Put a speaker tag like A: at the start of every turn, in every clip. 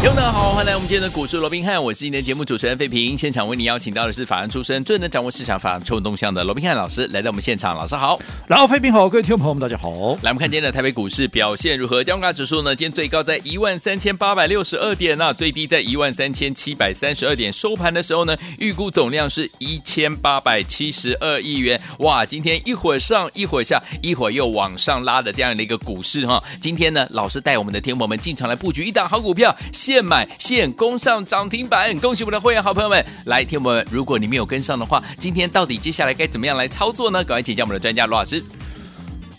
A: 听众大家好，欢迎来我们今天的股市罗宾汉，我是今天的节目主持人费平。现场为你邀请到的是法案出身、最能掌握市场法案臭动向的罗宾汉老师，来到我们现场。老师好，
B: 然后，飞平好，各位听众朋友们，大家好。
A: 来我们看今天的台北股市表现如何？加权指数呢，今天最高在一万三千八百六十二点呐、最低在一万三千七百三十二点，收盘的时候呢，预估总量是一千八百七十二亿元。哇，今天一会儿上一会儿下，一会儿又往上拉的这样的一个股市哈。今天呢，老师带我们的天友们进场来布局一档好股票，现买现攻上涨停板，恭喜我们的会员好朋友们。来，天友们，如果你没有跟上的话，今天到底接下来该怎么样来操作呢？赶快请教我们的专家罗老师，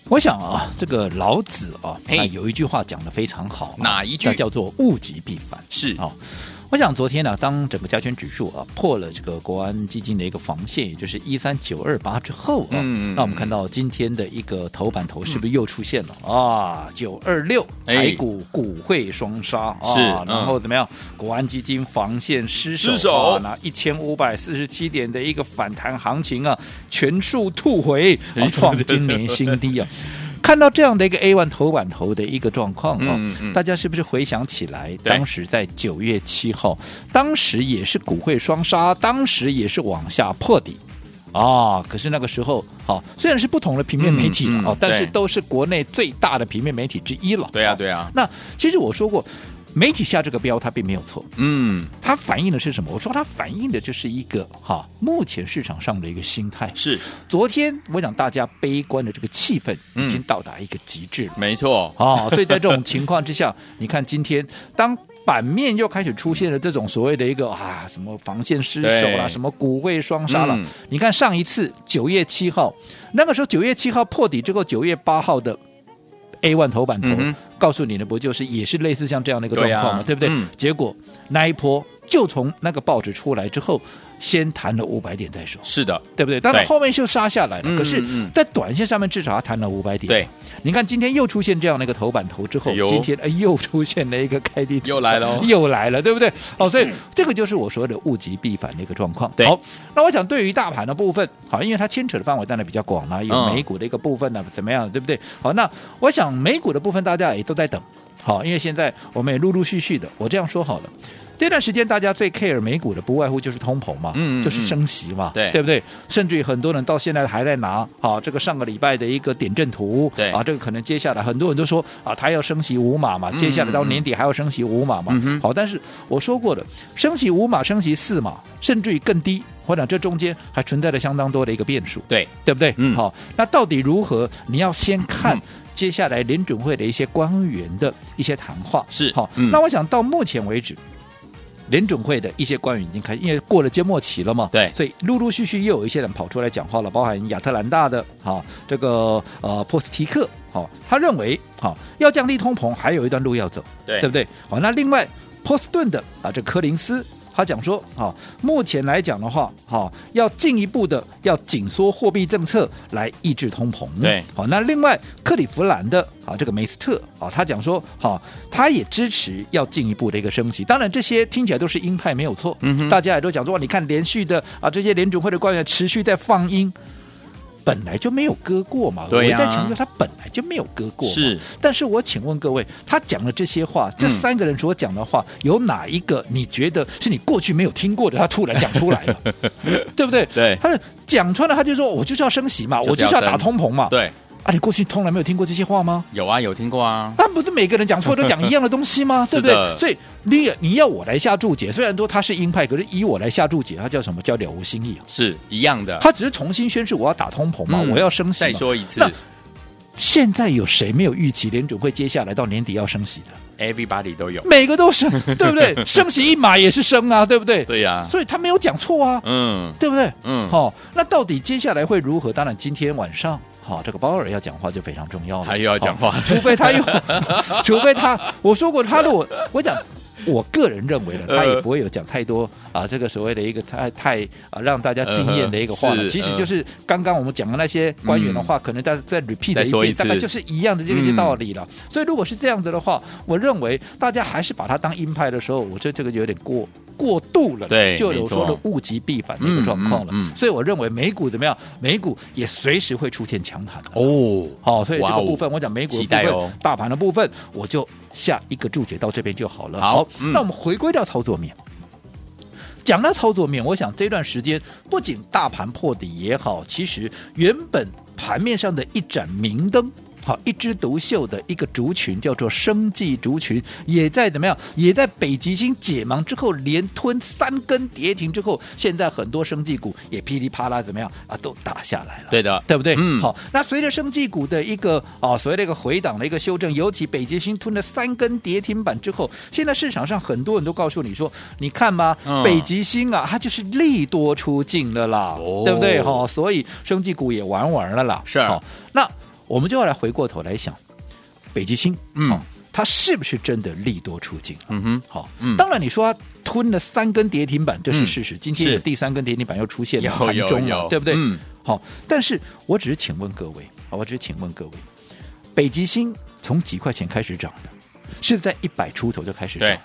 B: 我想啊，这个老子啊，
A: 嘿
B: 那有一句话讲的非常好啊，
A: 哪一句
B: 那叫做物极必反。
A: 是
B: 哦。我想昨天呢、当整个加权指数啊破了这个国安基金的一个防线，也就是一三九二八之后啊，
A: 嗯
B: 那我们看到今天的一个头版头是不是又出现了、啊？九二六
A: 嗯哎
B: 台股股会双杀啊，
A: 是嗯
B: 然后怎么样？国安基金防线失守，
A: 失守
B: 啊那一千五百四十七点的一个反弹行情啊，全数吐 回，啊、创今年新低啊。看到这样的一个 A one 头版头的一个状况啊、
A: 嗯嗯
B: 大家是不是回想起来，
A: 对
B: 当时在九月七号，当时也是股会双杀，当时也是往下破底。啊、可是那个时候，好、虽然是不同的平面媒体了、
A: 嗯嗯
B: 哦，但是
A: 对
B: 都是国内最大的平面媒体之一了。
A: 对啊
B: 哦
A: 对啊
B: 那其实我说过，媒体下这个标，它并没有错。
A: 嗯，
B: 它反映的是什么？我说它反映的就是一个哈，目前市场上的一个心态。
A: 是
B: 昨天我想大家悲观的这个气氛
A: 嗯
B: 已经到达一个极致了、
A: 没错，
B: 哦，所以在这种情况之下，你看今天当。版面又开始出现了这种所谓的一个啊，什么防线失守
A: 对
B: 啦，什么股会双杀了。
A: 嗯
B: 你看上一次九月七号，那个时候九月七号破底之后，九月八号的 A one 头版头，
A: 嗯哼
B: 告诉你的不就是也是类似像这样的一个状
A: 对啊
B: 况嘛，对不对？
A: 嗯
B: 结果那一波就从那个报纸出来之后，先弹了五百点再说。
A: 是的，
B: 对不对？但
A: 对
B: 是后面就杀下来
A: 嗯
B: 了。可是
A: 嗯嗯，
B: 在短线上面至少它弹了五百点。
A: 对，
B: 你看今天又出现这样的一个头版头之后
A: 哎呦，
B: 今天哎又出现了一个开低，
A: 又来了嗯哦
B: 又来了，对不对？哦，所以这个就是我说的物极必反的一个状况。
A: 对
B: 好，那我想对于大盘的部分，好，因为它牵扯的范围当然比较广啦，有
A: 嗯
B: 美股的一个部分呢，怎么样，对不对？好，那我想美股的部分大家也都在等，好，因为现在我们也陆陆续续的，我这样说好了。这段时间大家最 care 美股的，不外乎就是通膨嘛，
A: 嗯嗯
B: 就是
A: 嗯
B: 升息嘛，
A: 对
B: 对不对？甚至于很多人到现在还在拿啊，这个上个礼拜的一个点阵图，
A: 对
B: 啊，这个可能接下来很多人都说啊，它要升息五码嘛，接下来到年底还要升息五码嘛。
A: 嗯嗯哼
B: 好，但是我说过的，升息五码、升息四码，甚至于更低，我想这中间还存在着相当多的一个变数。
A: 对，
B: 对不对？
A: 嗯
B: 好，那到底如何？你要先看接下来联准会的一些官员的一些谈话。
A: 是
B: 好，
A: 嗯
B: 那我想到目前为止。联准会的一些官员已经开始，因为过了缄默期了嘛，
A: 对
B: 所以陆陆续续又有一些人跑出来讲话了，包含亚特兰大的，好、这个呃波斯提克，好、他认为，好、要降低通膨，还有一段路要走，
A: 对
B: 对不对？好、那另外波士顿的啊，这柯林斯他讲说，好、目前来讲的话，好、要进一步的要紧缩货币政策来抑制通膨。
A: 对
B: 好、那另外克利夫兰的啊，这个梅斯特啊，他讲说，好、他也支持要进一步的一个升息。当然，这些听起来都是鹰派没有错，
A: 嗯哼
B: 大家也都讲说，哇你看连续的啊，这些联准会的官员持续在放鹰。本来就没有割过嘛，
A: 对呀
B: 我在强调他本来就没有割过嘛，
A: 是
B: 但是我请问各位，他讲的这些话，这
A: 嗯
B: 三个人所讲的话，有哪一个你觉得是你过去没有听过的？他突然讲出来了， 对不对？
A: 对
B: 他是讲穿了，他就说我就是要升息嘛，
A: 就是
B: 我就是
A: 要
B: 要
A: 升
B: 打通膨嘛。
A: 对，
B: 啊，你过去从来没有听过这些话吗？
A: 有啊，有听过啊，
B: 啊，不是每个人讲错都讲一样的东西吗？对
A: 是
B: 不
A: 的
B: 对？所以你也你要我来下注解，虽然说他是鹰派，可是以我来下注解，他叫什么叫了无新意啊？
A: 是一样的。
B: 他只是重新宣誓我要打通膨嘛，
A: 呃嗯
B: 我要升息
A: 再
B: 嘛。
A: 说一次
B: 那现在有谁没有预期联准会接下来到年底要升息的？
A: ，everybody 都有。
B: 每个 都升，对不对？升息一码也是升啊，对不 对？
A: 对呀、
B: 所以他没有讲错啊，
A: 嗯
B: 对不对？
A: 嗯，
B: 好、那到底接下来会如何？当然，今天晚上，好、这个鲍尔要讲话就非常重要了，
A: 他又要讲话
B: 好除非他又，除非他，我说过，他如果我讲我个人认为呢，
A: 呃
B: 他也不会有讲太多啊，这个所谓的一个太太啊让大家惊艳的一个话
A: 嗯
B: 了。
A: 是
B: 其实就是刚刚我们讲的那些官员的话，可能大家再 repeat
A: 再
B: 了一
A: 说一
B: 遍，
A: 次嗯
B: 大概就是一样的这些道理了。所以如果是这样子的话，我认为大家还是把它当鹰派的时候，我觉得这个有点过。过度了，
A: 对
B: 就有
A: 没错
B: 说的物极必反的一个状况了，
A: 嗯嗯嗯
B: 所以我认为美股怎么样？美股也随时会出现强弹的
A: 哦，
B: 好、所以这
A: 哇
B: 个
A: 哦
B: 部分我讲美股的
A: 期待
B: 部分、
A: 哦
B: 大盘的部分，我就下一个注解到这边就好了。
A: 好嗯
B: 那我们回归到操作面。讲到操作面，我想这段时间不仅大盘破底也好，其实原本盘面上的一盏明灯。好，一枝独秀的一个族群叫做生计族群，也在怎么样？也在北极星解盲之后，连吞三根跌停之后，现在很多生计股也噼里啪啦怎么样啊，都打下来了。
A: 对的，
B: 对不对？
A: 嗯
B: 好，那随着生技股的一个啊，所谓的一个回档的一个修正，尤其北极星吞了三根跌停板之后，现在市场上很多人都告诉你说，你看吧，
A: 嗯
B: 北极星啊，它就是利多出尽了啦，
A: 哦
B: 对不对？哈、所以生技股也玩完了啦。
A: 是
B: 好，那我们就要来回过头来想，北极星，
A: 嗯
B: 好它是不是真的利多出尽？啊
A: 嗯哼，
B: 好，
A: 嗯
B: 当然你说它吞了三根跌停板，这是事实。今天
A: 是
B: 有第三根跌停板又出现了，
A: 有
B: 盘中
A: 有有
B: 了，对不对？
A: 嗯
B: 好，但是我只是请问各位，好我只是请问各位，北极星从几块钱开始涨的？是不是在一百出头就开始涨了？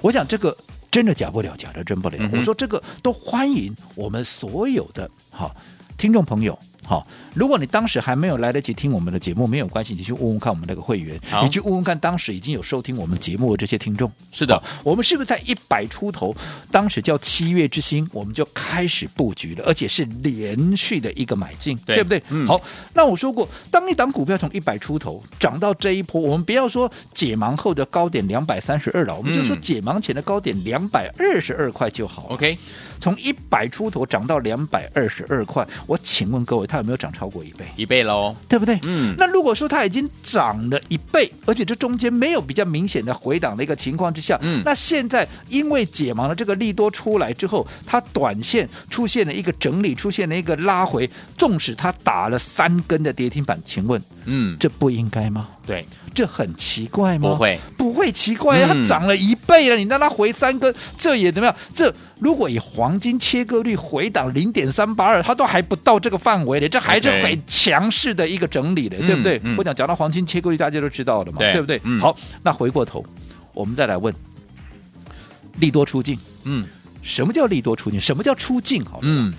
B: 我想这个真的假不了，假的真不了。
A: 嗯哼
B: 我说这个都欢迎我们所有的好听众朋友。好，如果你当时还没有来得及听我们的节目，没有关系，你去问问看我们那个会员
A: 好，
B: 你去问问看当时已经有收听我们节目的这些听众。
A: 是的
B: 好，我们是不是在一百出头，当时叫七月之星，我们就开始布局了，而且是连续的一个买进，
A: 对
B: 不对？
A: 嗯
B: 好，那我说过，当一档股票从一百出头涨到这一波，我们不要说解盲后的高点两百三十二了，我们就说
A: 嗯哦
B: 解盲前的高点两百二十二块就好了。
A: ，OK，
B: 从一百出头涨到两百二十二块，我请问各位，它有没有涨超过一倍？
A: 一倍喽，
B: 对不对？
A: 嗯
B: 那如果说它已经涨了一倍，而且这中间没有比较明显的回档的一个情况之下，
A: 嗯
B: 那现在因为解盲了这个利多出来之后，它短线出现了一个整理，出现了一个拉回，纵使它打了三根的跌停板，请问
A: 嗯，
B: 这不应该吗？
A: 对，
B: 这很奇怪吗？
A: 不会，
B: 不会奇怪啊！
A: 嗯
B: 它涨了一倍了，你让它回三根，这也怎么样？这如果以黄金切割率回档零点三八二，它都还不到这个范围的，这还是
A: OK
B: 很强势的一个整理的，
A: 嗯
B: 对不对？
A: 嗯
B: 我讲讲到黄金切割率，大家都知道了嘛，
A: 对
B: 不对？
A: 嗯
B: 好，那回过头，我们再来问，利多出尽，
A: 嗯
B: 什么叫利多出尽？什么叫出尽？好了
A: 嗯，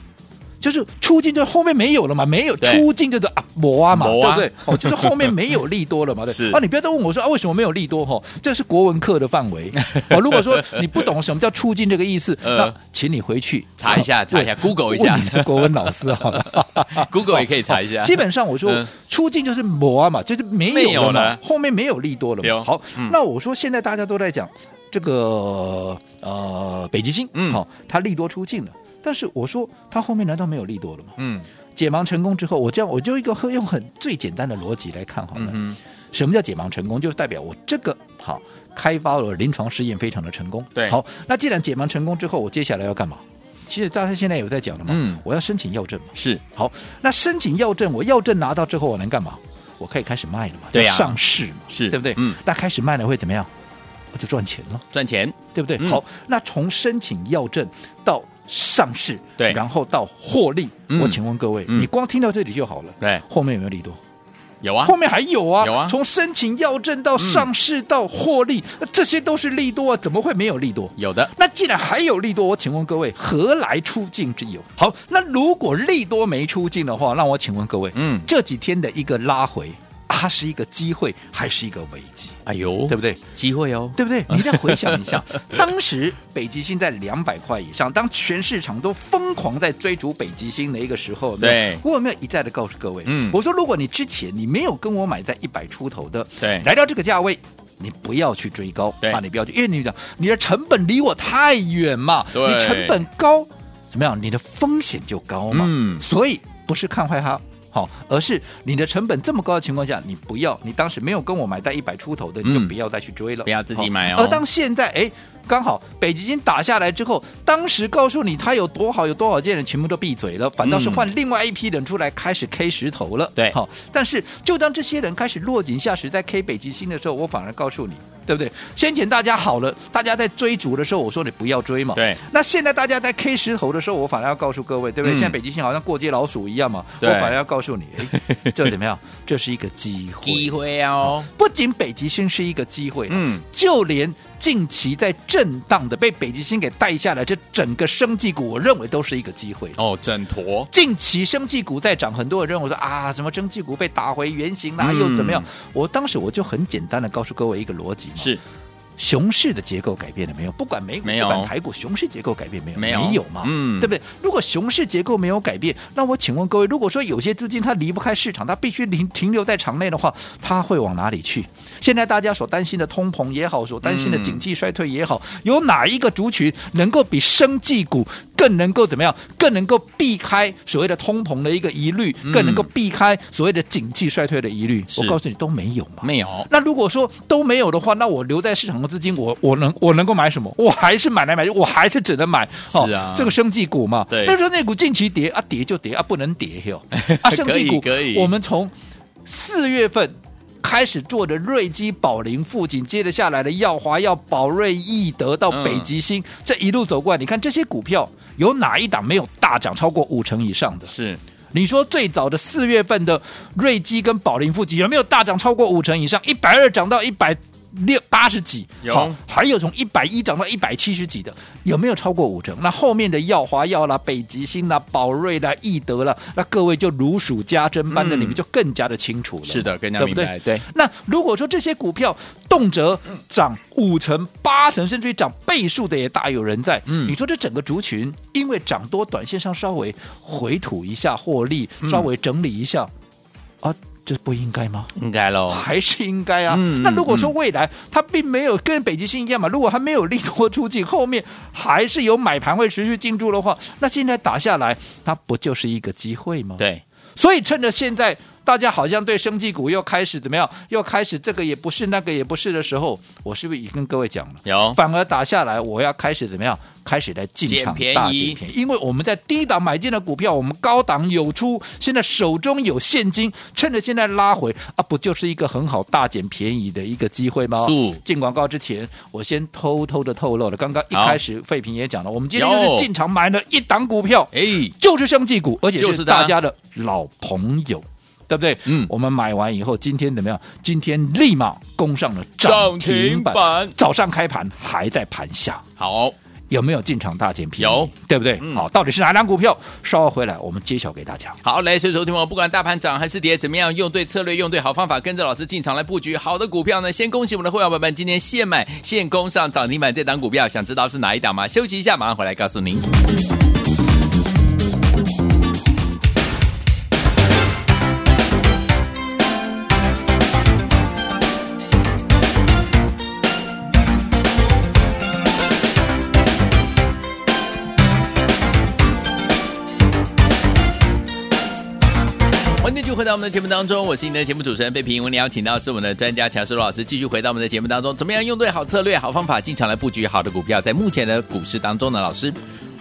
B: 就是出境就后面没有了嘛，没有
A: 对
B: 出境就是啊摩啊嘛，
A: 摩啊
B: 对不对？哦， 就是后面没有利多了嘛，对
A: 是
B: 啊，你不要再问我说啊为什么没有利多哈、哦，这是国文课的范 围哦。如果说你不懂什么叫出境这个意思，
A: 呃
B: 那请你回去
A: 查一 下，查一下，Google 一下
B: 问你的国文老师 好了。
A: ，Google 也可以查一下，
B: 基本上我说
A: 嗯
B: 出境就是磨啊嘛，就是没
A: 没有
B: 有了嘛，
A: 了
B: 后面没有利多了
A: 对哦
B: 嘛。好，
A: 嗯
B: 那我说现在大家都在讲这个呃北极星，
A: 嗯
B: 好、它利多出境了，但是我说它后面难道没有利多了吗？
A: 嗯
B: 解盲成功之后，我这样我就一个用很最简单的逻辑来看好了。
A: 嗯
B: 什么叫解盲成功？就是代表我这个好开发了临床试验非常的成功。
A: 对
B: 好，那既然解盲成功之后，我接下来要干嘛？其实大家现在有在讲了嘛，
A: 嗯
B: 我要申请药证嘛。
A: 哼，是
B: 好，那申请药证，我药证拿到之后，我能干嘛？我可以开始卖了嘛，
A: 对呀
B: 就上市嘛，
A: 是
B: 对不对？
A: 嗯，
B: 那开始卖了会怎么样？我就赚钱了。
A: 赚钱，
B: 对不对？
A: 嗯
B: 好，那从申请要证到上市，
A: 对
B: 然后到获利，
A: 嗯
B: 我请问各位，
A: 嗯
B: 你光听到这里就好了，
A: 对
B: 后面有没有利多？
A: 有啊
B: 后，面还有啊，
A: 有啊嗯
B: 从申请要证到上市到获利，那这些都是利多啊，怎么会没有利多？
A: 有的，
B: 那既然还有利多，我请问各位，何来出境之有？好，那如果利多没出境的话，那我请问各位，
A: 嗯
B: 这几天的一个拉回，啊它、是一个机会还是一个危机？
A: 哎呦，
B: 对不对？
A: 机会哦，
B: 对不对？你再回想一 下，当时北极星在两百块以上，当全市场都疯狂在追逐北极星的一个时候，有没有
A: 对
B: 我有没有一再的告诉各位？
A: 嗯
B: 我说如果你之前你没有跟我买在一百出头的，
A: 对
B: 来到这个价位。你不要去追高，
A: 对
B: 啊，你不要去，因为你讲你的成本离我太远嘛，
A: 对
B: 你成本高，怎么样？你的风险就高嘛，
A: 嗯
B: 所以不是看坏它。好，而是你的成本这么高的情况下，你不要，你当时没有跟我买在一百出头的，你就
A: 嗯
B: 不要再去追了。
A: 不要自己买哦
B: 好而当现在哎，刚好北极星打下来之后，当时告诉你它有多好，有多少件人全部都闭嘴了，反倒是换另外一批人出来开始 K 石头了。
A: 对
B: 好，但是就当这些人开始落井下石，在 K 北极星的时候，我反而告诉你，对不对？先前大家好了，大家在追逐的时候，我说你不要追嘛。
A: 对。
B: 那现在大家在 K 石头的时候，我反而要告诉各位，对不对？
A: 嗯
B: 现在北极星好像过街老鼠一样嘛，我
A: 对
B: 反而要告诉你，哎这怎么样？这是一个机 会。
A: 机会哦，
B: 不仅北极星是一个机会，啊
A: 嗯，
B: 就连近期在震荡的被北极星给带下来，这整个生技股，我认为都是一个机会。
A: 哦，整坨，
B: 近期生技股在涨，很多人认为说啊，什么生技股被打回原形啦、
A: 嗯
B: 又怎么样？我当时我就很简单的告诉各位一个逻辑嘛，
A: 是
B: 熊市的结构改变了没有？不管美股，
A: 没有
B: 不管台股，熊市结构改变没有？
A: 没有
B: 嘛，
A: 嗯
B: 对不对？如果熊市结构没有改变，那我请问各位，如果说有些资金它离不开市场，它必须停停留在场内的话，它会往哪里去？现在大家所担心的通膨也好，所担心的
A: 嗯
B: 景气衰退也好，有哪一个族群能够比生技股更能够怎么样？更能够避开所谓的通膨的一个疑虑，更能够避开所谓的景气衰退的疑虑？
A: 嗯是
B: 我告诉你，都没有嘛。
A: 没有，
B: 那如果说都没有的话，那我留在市场的资金，我我能我能够买什么？我还是买来买去，我还是只能买哦
A: 是啊
B: 这个生技股嘛。
A: 对
B: 那时候那股近期跌啊，跌就跌啊，不能跌 哟。啊，生技股
A: 可以可以
B: 我们从四月份。开始做的瑞基、宝林附近，接着下来的耀华、耀宝瑞、易德到
A: 嗯
B: 北极星，这一路走过来，你看这些股票有哪一档没有大涨超过五成以上的？
A: 是
B: 你说最早的四月份的瑞基跟宝林富集有没有大涨超过五成以上？一百二涨到一百六八十几，
A: 有
B: 好还有从一百一涨到一百七十几的，有没有超过五成？那后面的耀华耀啦、北极星啦、宝瑞啦、易德啦，那各位就如数家珍般的，
A: 嗯
B: 你们就更加的清楚了。
A: 是的，更加
B: 对
A: 明
B: 不对
A: 白，对，
B: 那如果说这些股票动辄涨五成、八成，甚至于涨倍数的也大有人在，
A: 嗯
B: 你说这整个族群因为涨多，短线上稍微回吐一下获利，
A: 嗯
B: 稍微整理一下，啊，这不应该吗？
A: 应该喽
B: 还是应该啊。
A: 哦嗯
B: 那如果说未来它并没有跟北极星一样嘛，如果它没有利多出尽，后面还是有买盘会持续进驻的话，那现在打下来，它不就是一个机会吗？
A: 对，
B: 所以趁着现在大家好像对生技股又开始怎么样，又开始这个也不是那个也不是的时候，我是不是已经跟各位讲了？
A: 有
B: 反而打下来，我要开始怎么样？开始来进
A: 捡
B: 场
A: 便宜
B: 大捡便宜，因为我们在低档买进的股票，我们高档有出，现在手中有现金，趁着现在拉回啊，不就是一个很好大捡便宜的一个机会吗
A: 是？
B: 进广告之前，我先偷偷的透露了，刚刚一
A: 好
B: 开始费平也讲了，我们今天
A: 有
B: 就是进场买了一档股票，
A: 哎，
B: 就是生技股，而且
A: 就是是它
B: 大家的老朋友，对不对？
A: 嗯
B: 我们买完以后，今天怎么样？今天立马攻上了涨
A: 涨
B: 停板，
A: 停板
B: 早上开盘还在盘下。
A: 好，
B: 有没有进场大减便宜？
A: 有，
B: 对不对？
A: 嗯
B: 好，到底是哪两股票？稍后回来我们揭晓给大家。
A: 好，来，所以说，听我不管大盘涨还是跌，怎么样用对策略，用对好方法，跟着老师进场来布局好的股票呢？先恭喜我们的会员宝宝们，今天现买现攻上涨停板这档股票，想知道是哪一档吗？休息一下，马上回来告诉您。欢迎继续回到我们的节目当中，我是你的节目主持人费平。我们邀请到是我们的专家强叔老师，继续回到我们的节目当中，怎么样用对好策略、好方法进场来布局好的股票？在目前的股市当中呢，老师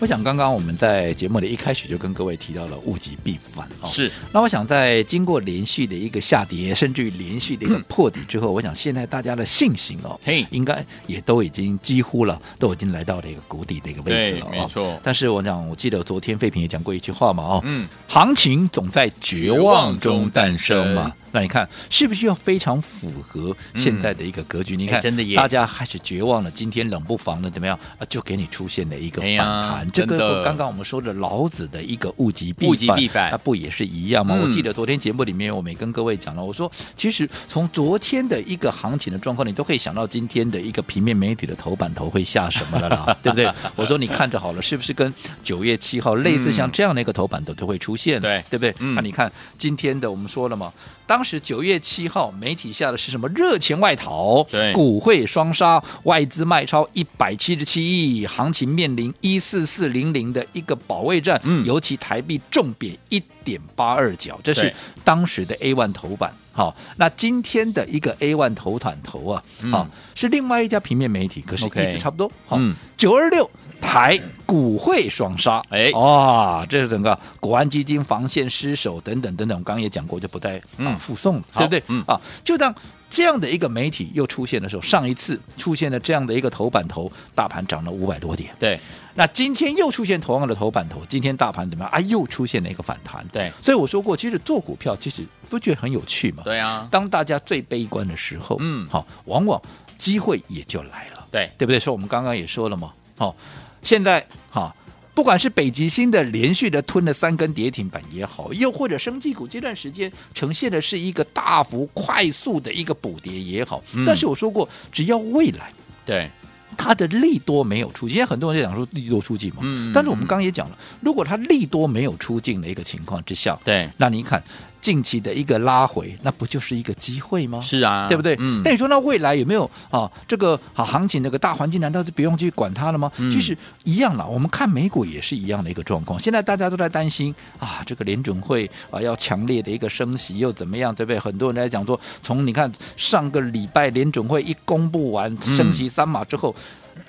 B: 我想刚刚我们在节目的一开始就跟各位提到了物极必反哦。
A: 是
B: 那我想在经过连续的一个下跌，甚至于连续的一个破底之后，我想现在大家的信心哦，
A: 嘿
B: 应该也都已经几乎了，都已经来到了一个谷底的一个位置了、哦。
A: 对没错
B: 但是我想，我记得昨天费平也讲过一句话嘛，哦，
A: 嗯，
B: 行情总在绝望中诞生
A: 绝望中诞
B: 嘛
A: 生。
B: 那你看，是不是要非常符合现在的一个格局？你
A: 哎
B: 看，
A: 真的耶
B: 大家开始绝望了，今天冷不防的怎么样啊？就给你出现了一个
A: 哎
B: 反
A: 呀
B: 弹，这
A: 真的
B: 个刚刚我们说的老子的一个物极必
A: 物极必反
B: 那不也是一样吗？
A: 嗯
B: 我记得昨天节目里面我们也跟各位讲了，我说其实从昨天的一个行情的状况，你都可以想到今天的一个平面媒体的头版头会下什么 了啦，对不对？我说你看着好了，是不是跟九月七号类似像这样的一个头版都都会出现，
A: 对
B: 对不对？
A: 嗯
B: 那你看今天的我们说了嘛，当时九月七号媒体下的是什么？热钱外逃，
A: 对
B: 股汇双杀，外资卖超一百七十七亿，行情面临一四四四零零的一个保卫战，
A: 嗯
B: 尤其台币重贬一点八二角，这是
A: 对
B: 当时的 A one 头版。好，那今天的一个 A one 头版头啊，
A: 嗯
B: 啊是另外一家平面媒体，可是意
A: OK
B: 思差不多。好
A: 嗯，
B: 九二六台股汇双杀，
A: 哎
B: 哇，这是整个国安基金防线失守等等等等，我刚刚也讲过，就不再啊
A: 嗯
B: 附送了，
A: 好
B: 对不对？
A: 嗯
B: 啊，就当这样的一个媒体又出现的时候，上一次出现了这样的一个头版头，大盘涨了五百多点。
A: 对，
B: 那今天又出现同样的头版头，今天大盘怎么样啊？又出现了一个反弹。
A: 对
B: 所以我说过，其实做股票其实不觉得很有趣吗？
A: 对啊，
B: 当大家最悲观的时候，
A: 嗯
B: 好，往往机会也就来了，
A: 对
B: 对不对？所以我们刚刚也说了嘛，好、现在哈、好不管是北极星的连续的吞了三根跌停板也好，又或者生技股这段时间呈现的是一个大幅快速的一个补跌也好，
A: 嗯
B: 但是我说过，只要未来
A: 对，
B: 它的利多没有出尽，现在很多人在讲说利多出尽嘛，
A: 嗯
B: 但是我们刚刚也讲了，如果它利多没有出尽的一个情况之下，
A: 对
B: 那你看近期的一个拉回，那不就是一个机会吗？
A: 是啊，
B: 对不对？哎
A: 嗯
B: 那，你说那未来有没有啊？这个啊行情那个大环境难道就不用去管它了吗？
A: 嗯
B: 其实一样啦，我们看美股也是一样的一个状况。现在大家都在担心啊，这个联准会啊要强烈的一个升息又怎么样，对不对？很多人在讲说，从你看上个礼拜联准会一公布完
A: 嗯
B: 升息三码之后，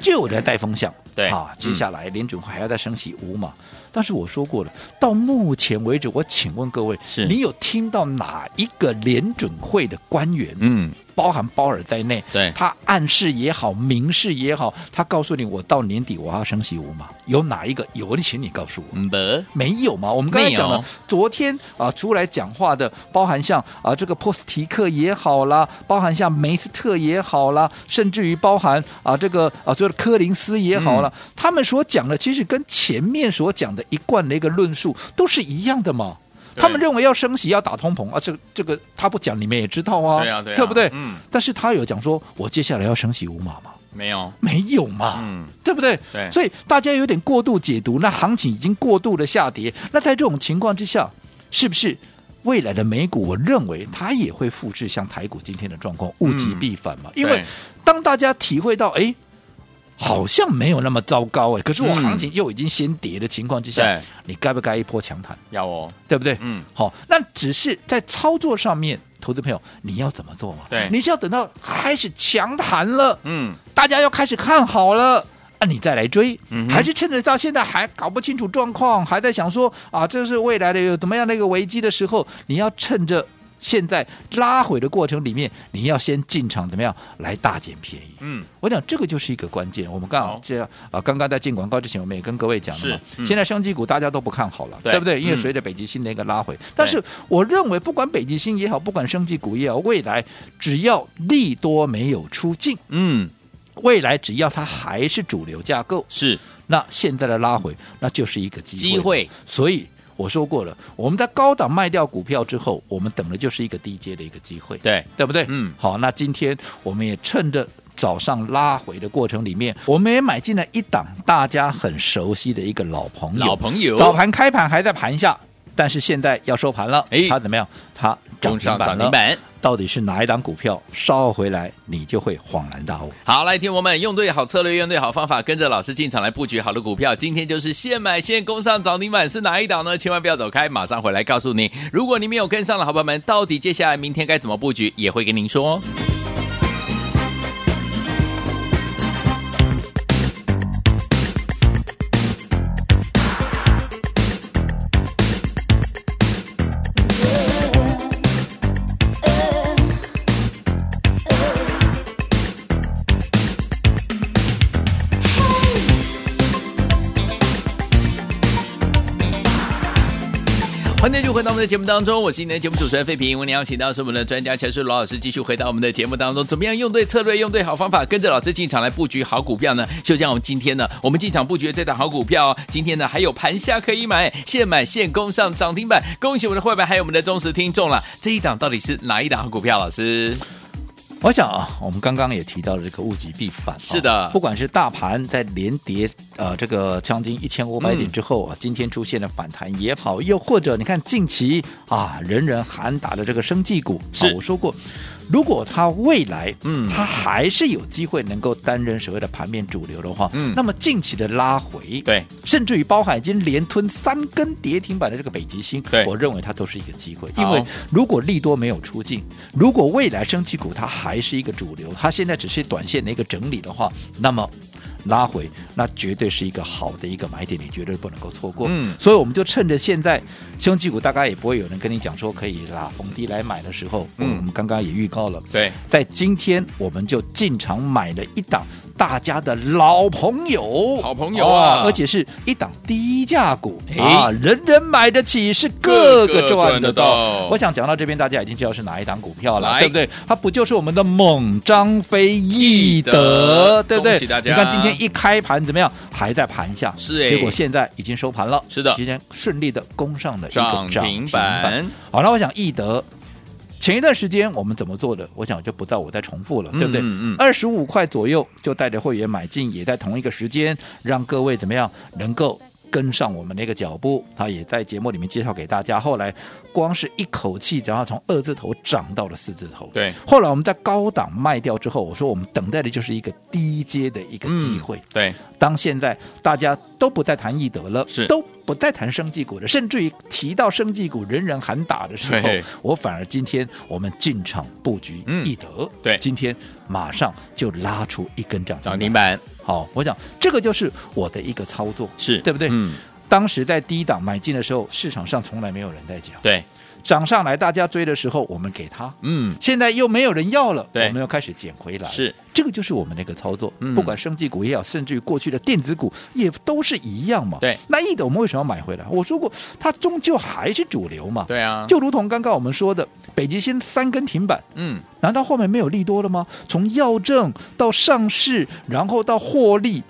B: 就有人在带风向。
A: 对
B: 啊，接
A: 嗯
B: 下来联准会还要再升息五码。但是我说过了，到目前为止，我请问各位，
A: 是
B: 你有听到哪一个联准会的官员，
A: 嗯，
B: 包含鲍尔在内，
A: 对
B: 他暗示也好，明示也好，他告诉你我到年底我要升息五嘛？有哪一个有？你请你告诉我。
A: 嗯不，
B: 没有嘛？我们刚才讲
A: 没
B: 了
A: 有，
B: 昨天啊出来讲话的，包含像啊这个波斯提克也好啦，包含像梅斯特也好啦，甚至于包含啊这个啊所有的柯林斯也好啦，
A: 嗯
B: 他们所讲的其实跟前面所讲的一贯的一个论述都是一样的嘛。
A: 对
B: 他们认为要升息要打通膨啊，这个这个他不讲你们也知道啊，
A: 对啊对啊
B: 不对？
A: 嗯
B: 但是他有讲说，我接下来要升息五码吗？
A: 没有，
B: 没有嘛，
A: 嗯
B: 对不对？
A: 对
B: 所以大家有点过度解读，那行情已经过度的下跌，那在这种情况之下，是不是未来的美股，我认为它也会复制像台股今天的状况，物极必反嘛？因为
A: 嗯对
B: 当大家体会到，哎。好像没有那么糟糕哎，可是我
A: 嗯
B: 行情又已经先跌的情况之下，
A: 对
B: 你该不该一波强弹？
A: 要哦，
B: 对不对？
A: 嗯，
B: 好，那只是在操作上面，投资朋友你要怎么做嘛？
A: 对
B: 你是要等到开始强弹了，
A: 嗯，
B: 大家要开始看好了。啊，你再来追，
A: 嗯哼
B: 还是趁着到现在还搞不清楚状况，还在想说啊，这是未来的有怎么样的一个危机的时候，你要趁着现在拉回的过程里面，你要先进场怎么样来大捡便宜？
A: 嗯，
B: 我讲这个就是一个关键。我们刚
A: 好
B: 好这样啊，刚刚在进广告之前，我们也跟各位讲了嘛，
A: 是嗯
B: 现在生技股大家都不看好了，
A: 对
B: 对不对？因为
A: 嗯
B: 随着北极星的一个拉回，但是我认为不管北极星也好，不管生技股也好，未来只要利多没有出尽，
A: 嗯，
B: 未来只要它还是主流架构，
A: 是
B: 那现在的拉回那就是一个机会。
A: 机会，
B: 所以我说过了，我们在高档卖掉股票之后，我们等的就是一个低阶的一个机会，
A: 对，
B: 对不对？
A: 嗯
B: 好，那今天我们也趁着。早上拉回的过程里面，我们也买进了一档大家很熟悉的一个老朋友。
A: 老朋友，
B: 早盘开盘还在盘下，但是现在要收盘了，
A: 哎
B: 它怎么样？它
A: 中
B: 涨停
A: 上
B: 板
A: 涨
B: 了
A: 停。板。
B: 到底是哪一档股票烧回来，你就会恍然大悟。
A: 好，来，听我们用对好策略，用对好方法，跟着老师进场来布局好的股票。今天就是现买现攻上涨停板是哪一档呢？千万不要走开，马上回来告诉你。如果你没有跟上的好朋友们，到底接下来明天该怎么布局，也会跟您说、哦。欢迎继续回到我们的节目当中，我是今天的节目主持人费平。为您邀请到是我们的专家乔师罗老师，继续回到我们的节目当中，怎么样用对策略，用对好方法，跟着老师进场来布局好股票呢？就像我们今天呢，我们进场布局的这档好股票、哦，今天呢还有盘下可以买，现买现攻上涨停板，恭喜我们的会员还有我们的忠实听众了。这一档到底是哪一档好股票？老师，
B: 我想啊，我们刚刚也提到了这个物极必反、啊，
A: 是的
B: 不管是大盘在连跌呃这个将近一千五百
A: 嗯
B: 点之后啊，今天出现了反弹也好，又或者你看近期啊人人喊打的这个生技股，
A: 是
B: 啊我说过。如果它未来，
A: 嗯
B: 它还是有机会能够担任所谓的盘面主流的话，
A: 嗯
B: 那么近期的拉回，
A: 对，
B: 甚至于包含已经连吞三根跌停板的这个北极星，
A: 对
B: 我认为它都是一个机会，
A: 好
B: 因为如果利多没有出尽，如果未来升级股它还是一个主流，它现在只是短线的一个整理的话，那么。拉回，那绝对是一个好的一个买点，你绝对不能够错过。
A: 嗯
B: 所以我们就趁着现在升级股大概也不会有人跟你讲说可以啦逢低来买的时候，
A: 嗯
B: 我们刚刚也预告了，
A: 对，
B: 在今天我们就进场买了一档大家的老朋友，
A: 好朋友啊
B: 哦而且是一档低价股、
A: 哎
B: 啊，人人买得起，是
A: 个
B: 个
A: 个
B: 个
A: 赚
B: 赚
A: 得
B: 得
A: 到
B: 到。我想讲到这边，大家已经知道是哪一档股票了
A: 来，
B: 对不对？它不就是我们的猛张飞易
A: 易德
B: 德，对不对？
A: 恭喜大家
B: 你看今天一开盘怎么样？还在盘下，
A: 是哎
B: 结果现在已经收盘了，
A: 是的
B: 今天顺利的攻上了一个
A: 涨
B: 涨
A: 停
B: 停
A: 板
B: 板。好，那我想易德。前一段时间我们怎么做的，我想就不再我再重复了，对不对？
A: 嗯嗯
B: 二十五块左右就带着会员买进，也在同一个时间让各位怎么样能够。跟上我们那个脚步，他也在节目里面介绍给大家。后来光是一口气，然后从二字头涨到了四字头。
A: 对
B: 后来我们在高档卖掉之后，我说我们等待的就是一个低阶的一个机会。
A: 对，
B: 当现在大家都不再谈易德了，
A: 是
B: 都不再谈生技股了，甚至于提到生技股人人喊打的时候
A: 对，
B: 我反而今天我们进场布局
A: 嗯
B: 易德，
A: 对
B: 今天马上就拉出一根涨
A: 涨停
B: 停板。
A: 板
B: 好，我想这个就是我的一个操作，
A: 是
B: 对不对？
A: 嗯，
B: 当时在低档买进的时候，市场上从来没有人在讲，
A: 对，
B: 涨上来大家追的时候，我们给他，
A: 嗯，
B: 现在又没有人要了，
A: 对
B: 我们又开始捡回来，
A: 是
B: 这个就是我们那个操作，
A: 嗯
B: 不管生技股也好，甚至于过去的电子股也都是一样嘛。
A: 对
B: 那易德我们为什么要买回来？我说过，它终究还是主流嘛。、
A: 对啊，
B: 就如同刚刚我们说的，北极星三根停板，
A: 嗯，
B: 难道后面没有利多了吗？从药证到上市，然后到获利。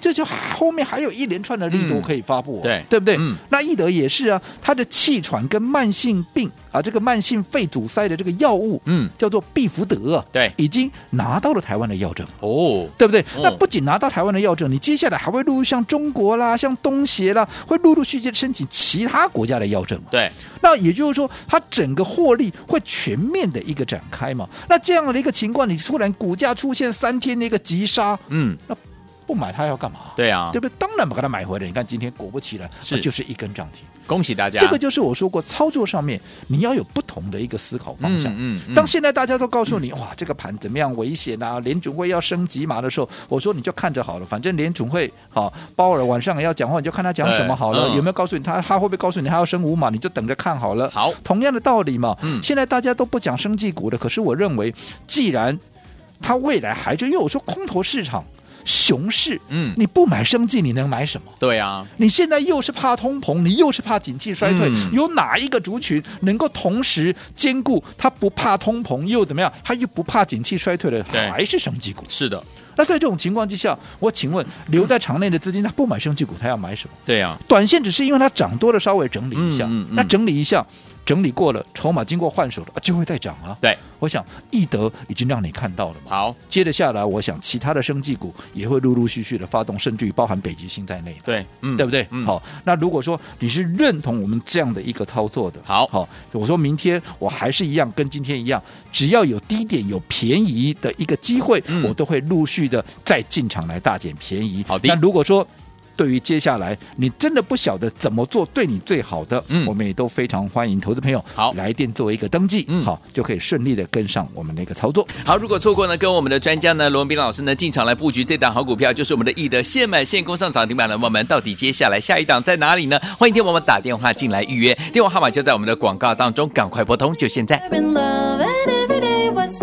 B: 这就后面还有一连串的利多
A: 嗯
B: 可以发布、啊
A: 对
B: 对不对？
A: 嗯
B: 那易德也是啊，它的气喘跟慢性病啊，这个慢性肺阻塞的这个药物，
A: 嗯，
B: 叫做必福德、啊，
A: 对
B: 已经拿到了台湾的药证。
A: 哦，
B: 对不对
A: 嗯？
B: 那不仅拿到台湾的药证，你接下来还会陆续像中国啦、像东协啦，会陆陆续续地申请其他国家的药证嘛。
A: 对，
B: 那也就是说，它整个获利会全面的一个展开嘛。那这样的一个情况，你突然股价出现三天的一个急杀，
A: 嗯，
B: 不买它要干嘛？
A: 对啊，
B: 对不对？当然把它买回来。你看今天果不其然，
A: 是
B: 啊就是一根涨停。
A: 恭喜大家，
B: 这个就是我说过，操作上面你要有不同的一个思考方向。
A: 嗯嗯嗯
B: 当现在大家都告诉你、哇，这个盘怎么样危险啊，联准会要升级嘛的时候，我说你就看着好了，反正联准会好，鲍尔晚上要讲话，你就看他讲什么好了。
A: 对嗯
B: 有没有告诉你他他会不会告诉你他要升五码，你就等着看好了。
A: 好
B: 同样的道理嘛。
A: 嗯
B: 现在大家都不讲生技股了，可是我认为，既然它未来还是因为我说空头市场熊市，
A: 嗯
B: 你不买生技，你能买什么？
A: 对啊，
B: 你现在又是怕通膨，你又是怕景气衰退，
A: 嗯
B: 有哪一个族群能够同时兼顾它不怕通膨又怎么样，它又不怕景气衰退的，
A: 对
B: 还是生技股？
A: 是的，
B: 那在这种情况之下，我请问留在场内的资金，他不买生技股，他要买什么？
A: 对啊，
B: 短线只是因为它涨多了，稍微整理一下，
A: 嗯嗯嗯
B: 那整理一下，整理过了，筹码经过换手了，啊就会再涨啊。
A: 对，
B: 我想易德已经让你看到了嘛。
A: 好，
B: 接着下来，我想其他的生技股也会陆陆续续的发动，甚至于包含北极星在内的。
A: 对，嗯，
B: 对不对？
A: 嗯，，
B: 好，那如果说你是认同我们这样的一个操作的，
A: 好
B: 好，我说明天我还是一样，跟今天一样，只要有低点、有便宜的一个机会，
A: 嗯
B: 我都会陆续的再进场来大捡便宜。
A: 好的
B: 那如果说。对于接下来你真的不晓得怎么做对你最好的，
A: 嗯
B: 我们也都非常欢迎投资朋友
A: 好
B: 来电做一个登记，
A: 嗯
B: 好就可以顺利的跟上我们的一个操作。
A: 好，如果错过呢，跟我们的专家呢罗文斌老师呢进场来布局这档好股票，就是我们的易德现买现攻上涨停板了。我们到底接下来下一档在哪里呢？欢迎听我们打电话进来预约，电话号码就在我们的广告当中，赶快拨通，就现在。
C: I've been love and every day was